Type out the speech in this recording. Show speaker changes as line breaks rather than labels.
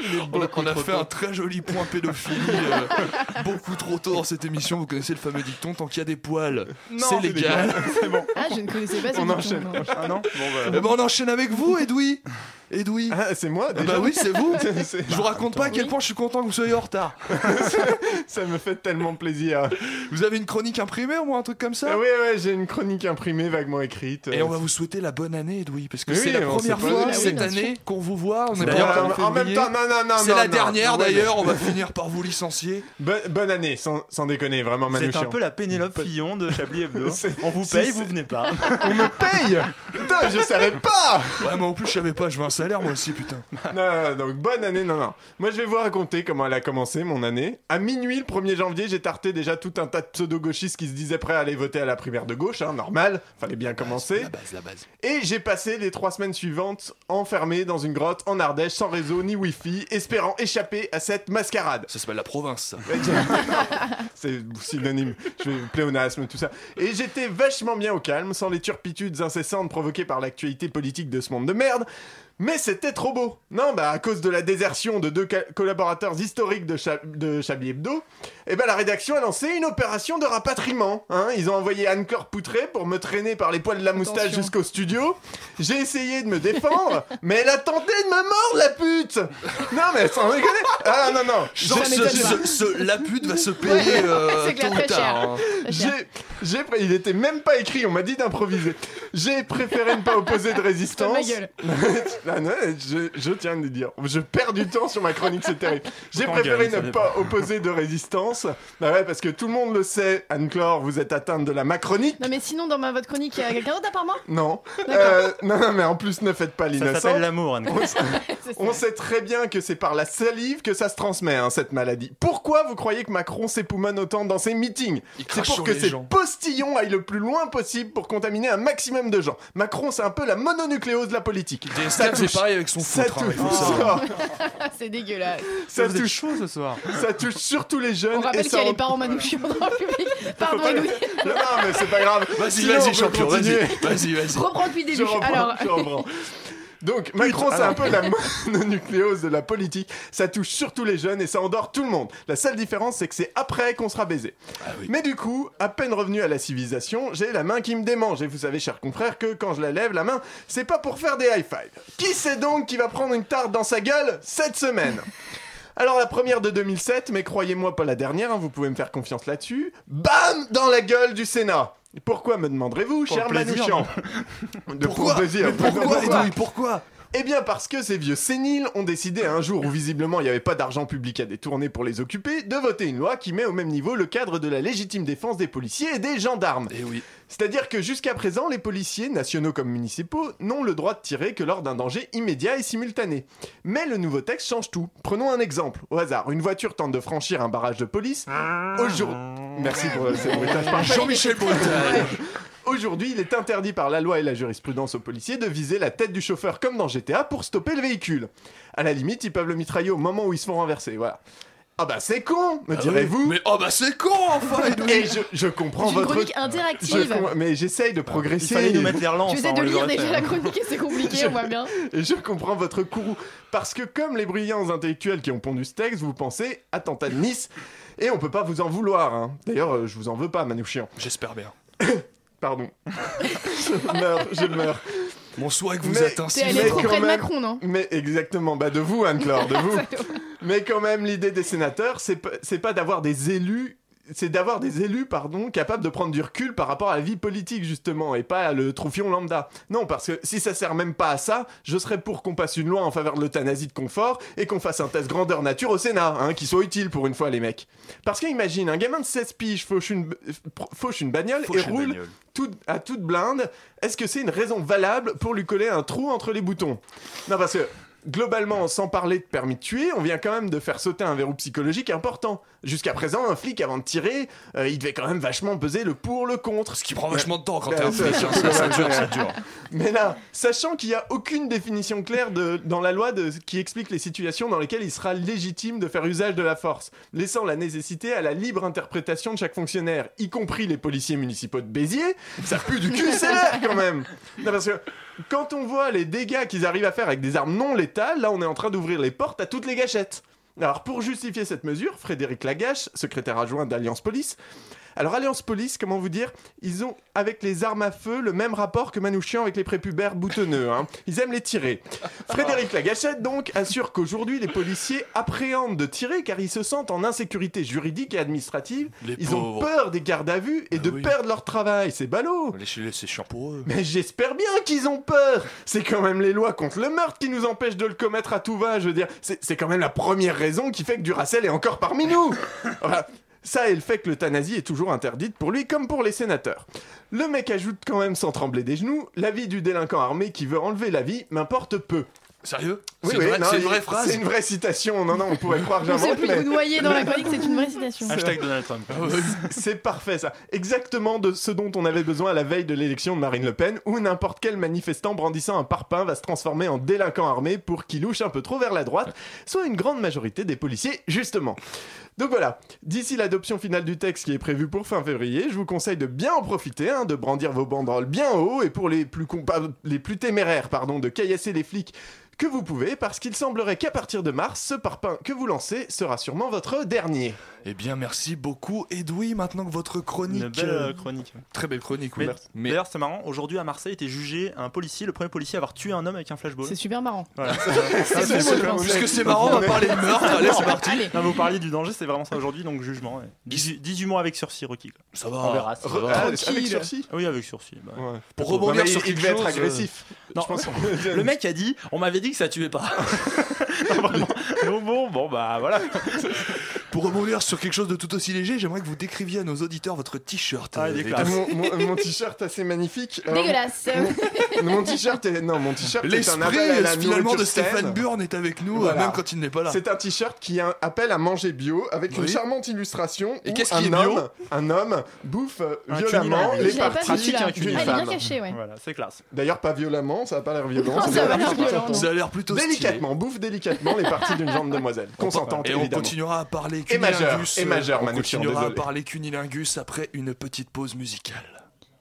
les
Oh, On a-
beaucoup
on a
trop
fait
tôt.
un très joli point pédophilie euh, beaucoup trop tôt dans cette émission. Vous connaissez le fameux dicton tant qu'il y a des poils, c'est légal.
C'est bon.
Ah, je ne connaissais pas ce
On
dicton,
enchaîne.
non.
Ah non Bon, bah.
Eh ben, on enchaîne avec vous, Edoui. Edoui.
Ah, c'est moi
Eh
déjà.
Bah oui, c'est vous.
C'est- Bah, c'est-
Je vous raconte pas à quel
Oui.
point je suis content que vous soyez en retard.
Ça me fait tellement plaisir.
Vous avez une chronique imprimée ou un truc comme ça
Ah, ouais, ouais, j'ai une chronique imprimée vaguement écrite.
Et on va
Euh,
vous souhaiter la bonne année, Edoui, parce que
Mais
c'est
oui,
la
on s'est
première
pas
fois
dit.
cette
Ah oui, bien
année qu'on vous voit. On est
bon,
d'ailleurs
en-
en
en même
février.
temps, non, non, non.
C'est
non,
la
non.
dernière
Ouais, mais-
d'ailleurs, on va finir par vous licencier.
Bo- bonne année, sans, sans déconner, vraiment,
Vous êtes
Manouchian.
un peu la Pénélope Fillon de Chablis Hebdo.
C'est-
On vous
si,
paye,
c'est-
vous venez pas.
On me paye Putain, je savais pas
Ouais, mais en plus, je savais pas, je veux un salaire moi aussi, putain.
Non, non, donc bonne année, non, non. Moi, je vais vous raconter comment elle a commencé, mon année. À minuit, le 1er janvier, j'ai tarté déjà tout un tas de pseudo-gauchistes qui se disaient prêts à aller voter à la primaire de gauche, hein, normal, fallait bien commencer.
La base, la base.
Et j'ai passé les trois semaines suivantes enfermé dans une grotte en Ardèche, sans réseau ni wifi, espérant échapper à cette mascarade.
Ça s'appelle la province, ça.
C'est synonyme, je vais pléonasme, tout ça. Et j'étais vachement bien au calme, sans les turpitudes incessantes provoquées par l'actualité politique de ce monde de merde. Mais c'était trop beau Non, bah à cause de la désertion de deux ca- collaborateurs historiques de, Cha- de Chablis Hebdo, eh ben la rédaction a lancé une opération de rapatriement. hein. Ils ont envoyé Anne-Claire Poutré pour me traîner par les poils de la moustache
Attention.
jusqu'au studio. J'ai essayé de me défendre, mais elle a tenté de me mordre la pute Non mais sans déconner Ah non non
Genre,
Ça
ce,
m'étonne
ce-
pas.
ce- la pute va se payer
Ouais,
euh,
c'est clair,
tôt ou
très
tard. hein.
J'ai, j'ai, pré- il était même pas écrit, on m'a dit d'improviser. J'ai préféré ne pas opposer de
Ferme
résistance.
ma gueule.
Ah non, je, je tiens à le dire. Je perds du temps sur ma chronique, c'est terrible. J'ai
T'en
préféré
gueule, ça
ne
dépend.
pas opposer de résistance. Bah ouais, parce que tout le monde le sait, Anne-Claire, vous êtes atteinte de la macronique.
Non, mais sinon, dans ma votre chronique, il y a quelqu'un d'autre à part moi
Non.
D'accord.
Euh, non, non, mais en plus, ne faites pas
Ça
l'innocent.
s'appelle l'amour, Anne.
C'est ça.
On sait très bien que c'est par la salive que ça se transmet, hein, cette maladie. Pourquoi vous croyez que Macron s'époumonne autant dans ses meetings
Il
C'est
crache
pour
sur
que
les
ces
gens.
postillons aillent le plus loin possible pour contaminer un maximum de gens. Macron, c'est un peu la mononucléose de la politique.
Des
Ça
scams, c'est
touche.
pareil avec son
Ça
foutre. hein,
touche,
il faut savoir.
Ah, C'est dégueulasse.
ça,
vous êtes
touche,
chaud ce soir.
ça touche surtout les jeunes.
On
et
rappelle
ça
qu'il y a les
rend-
parents Manouchian dans le public. Pardon,
pas le-
Louis.
Non, non, mais c'est pas grave.
Vas-y,
Sinon, on
vas-y,
peut
champion, vas-y,
continuer.
vas-y, vas-y.
Reprends depuis le
Je
début.
reprends,
Alors,
je reprends. Donc, Macron, c'est un peu la mononucléose de la politique. Ça touche surtout les jeunes et ça endort tout le monde. La seule différence, c'est que c'est après qu'on sera baisé.
Ah
oui.
Mais du coup, à peine revenu à la civilisation, j'ai la main qui me démange. Et vous savez, chers confrères, que quand je la lève, la main, c'est pas pour faire des high five. Qui c'est donc qui va prendre une tarte dans sa gueule cette semaine alors la première de 2007, mais croyez-moi pas la dernière, hein, vous pouvez me faire confiance là-dessus. Bam Dans la gueule du Sénat Et Pourquoi me demanderez-vous,
Pour
cher
le plaisir.
Manouchian De
Pourquoi
pour le plaisir.
Mais Pourquoi, Edoui, pourquoi
Eh bien parce que ces vieux séniles ont décidé un jour où visiblement il n'y avait pas d'argent public à détourner pour les occuper, de voter une loi qui met au même niveau le cadre de la légitime défense des policiers et des gendarmes.
Eh oui.
C'est-à-dire que jusqu'à présent, les policiers, nationaux comme municipaux, n'ont le droit de tirer que lors d'un danger immédiat et simultané. Mais le nouveau texte change tout. Prenons un exemple. Au hasard, une voiture tente de franchir un barrage de police. Aujourd'hui... Merci pour euh, ce bruitage parfait.
Jean-Michel Brutal.
Aujourd'hui, il est interdit par la loi et la jurisprudence aux policiers de viser la tête du chauffeur comme dans GTA pour stopper le véhicule. À la limite, ils peuvent le mitrailler au moment où ils se font renverser, voilà. Ah bah c'est con, me direz-vous.
Mais oh bah c'est con, enfin, Edoui.
Et je, je comprends
j'ai une
votre...
chronique
Je
interactive.
com- Mais j'essaye de
Ah, Il
progresser.
fallait nous mettre les relances.
Je vais
hein,
de
on les
lire
aurait
déjà
fait.
la chronique et c'est compliqué, on voit bien.
Et je comprends votre courroux. Parce que comme les brillants intellectuels qui ont pondu ce texte, vous pensez attentat de Nice. Et on peut pas vous en vouloir. hein. D'ailleurs, euh, je vous en veux pas, Manouchian.
J'espère bien.
Pardon. je meurs, je meurs.
Mon souhait que vous
Mais-
êtes ainsi.
T'es allé
mais
trop
quand
près de
même-
Macron, non
Mais exactement, bah de vous, Anne-Claire, de vous. Mais quand même, l'idée des sénateurs, c'est pas, c'est pas d'avoir des élus c'est d'avoir des élus pardon capables de prendre du recul par rapport à la vie politique justement et pas à le troufion lambda. Non parce que si ça sert même pas à ça, je serais pour qu'on passe une loi en faveur de l'euthanasie de confort et qu'on fasse un test grandeur nature au Sénat hein, qui soit utile pour une fois les mecs. Parce qu'imagine un gamin de 16 piges fauche une fauche une bagnole
Fauche
et
une
roule
bagnole.
tout- à toute blinde, est-ce que c'est une raison valable pour lui coller un trou entre les boutons Non, parce que globalement, sans parler de permis de tuer, on vient quand même de faire sauter un verrou psychologique important. Jusqu'à présent, un flic, avant de tirer, euh, il devait quand même vachement peser le pour, le contre.
Ce qui prend vachement de temps quand
Bah,
t'es un
ça,
flic, hein,
surtout
ça,
quand
ça
même,
dure,
ouais.
ça dure.
Mais là, sachant qu'il n'y a aucune définition claire de- dans la loi de, qui explique les situations dans lesquelles il sera légitime de faire usage de la force, laissant la nécessité à la libre interprétation de chaque fonctionnaire, y compris les policiers municipaux de Béziers, ça pue du cul, c'est l'air quand même Non, parce que quand on voit les dégâts qu'ils arrivent à faire avec des armes non létales, là on est en train d'ouvrir les portes à toutes les gâchettes. Alors pour justifier cette mesure, Frédéric Lagache, secrétaire adjoint d'Alliance Police, alors Alliance Police, comment vous dire, ils ont avec les armes à feu le même rapport que Manouchian avec les prépubères boutonneux. hein. Ils aiment les tirer. Frédéric Lagachette donc assure qu'aujourd'hui les policiers appréhendent de tirer car ils se sentent en insécurité juridique et administrative.
Les
Ils ont
pauvres.
peur des gardes à vue et
Ah
de
oui.
perdre leur travail. C'est ballot.
Laissez-les, c'est chiant pour eux.
Mais j'espère bien qu'ils ont peur C'est quand même les lois contre le meurtre qui nous empêchent de le commettre à tout va, je veux dire. C'est c'est quand même la première raison qui fait que Duracell est encore parmi nous Enfin, Ça et le fait que l'euthanasie est toujours interdite pour lui comme pour les sénateurs. Le mec ajoute quand même sans trembler des genoux, la vie du délinquant armé qui veut enlever la vie m'importe peu.
Sérieux
Oui,
C'est
oui,
vrai-
non,
c'est une
il-
vraie phrase
C'est une vraie citation, non, non, on pourrait croire
On sait
j'invente,
plus
mais-
vous noyer dans la chronique, c'est une vraie citation.
Hashtag Donald Trump.
Ah oui.
C'est parfait ça. Exactement de ce dont on avait besoin à la veille de l'élection de Marine Le Pen, où n'importe quel manifestant brandissant un parpaing va se transformer en délinquant armé pour qu'il louche un peu trop vers la droite, soit une grande majorité des policiers, justement. Donc voilà, d'ici l'adoption finale du texte qui est prévue pour fin février, je vous conseille de bien en profiter, hein, de brandir vos banderoles bien haut, et pour les plus, com- pas- les plus téméraires, pardon, de caillasser les flics que vous pouvez, parce qu'il semblerait qu'à partir de mars, ce parpaing que vous lancez sera sûrement votre dernier.
Eh bien, merci beaucoup, Edoui. Maintenant que votre chronique.
Une belle
euh,
euh, chronique.
Très belle chronique, oui.
Mais, D'ailleurs, c'est marrant. Aujourd'hui, à Marseille, était jugé un policier, le premier policier à avoir tué un homme avec un flashball.
C'est super marrant.
Voilà. Ah,
Ah,
c'est
c'est
beau,
quand
je
même-
Puisque c'est marrant, on va parler de meurtre. Allez, c'est parti.
Allez,
Non, mais vous parliez du danger, c'est vraiment ça aujourd'hui, donc jugement. ouais. 18, 18 mois avec sursis requis. quoi.
Ça
On
va.
verra.
ça
Re-
va.
ah, avec
Tranquille.
sursis
Oui, avec sursis. bah.
Pour rebondir
Ouais, mais
sur
il, il
quelque
devait être
chose, euh,
agressif.
Non,
je pense.
Le mec a dit On m'avait dit que ça tuait pas. Non, vraiment. Donc bon, bon, bah voilà.
Pour rebondir sur quelque chose de tout aussi léger, j'aimerais que vous décriviez à nos auditeurs votre t-shirt.
Ah,
euh,
il est
Edoui.
classe.
mon, mon- mon t-shirt assez magnifique. Euh,
dégueulasse.
mon t-shirt est non, mon t-shirt est un
L'esprit
appel à
euh,
la
finalement de
nourriture saine.
Stéphane Burn est avec nous,
Voilà.
euh, même quand il n'est pas là.
C'est un t-shirt qui a un appel à manger bio avec une
Oui.
charmante illustration
Et
où
qu'est-ce
un
qui est bio
homme, un homme bouffe euh,
Un
violemment
cunnilingus.
les
Je
l'avais pas
parties
vu, celui-là.
d'une
Ah, il est bien
femme.
caché, ouais.
Voilà, c'est classe.
D'ailleurs pas violemment, ça a pas l'air violent.
Non, ça
doit
a pas
être
l'air violent,
consentant.
Ça a l'air plutôt stylé.
Délicatement, bouffe délicatement les parties d'une jeune demoiselle consentante
Et on
évidemment.
continuera à parler
Et majeur,
cunilingus.
et
euh,
majeur,
on
Manouchian,
continuera à
désolé.
parler cunilingus après une petite pause musicale.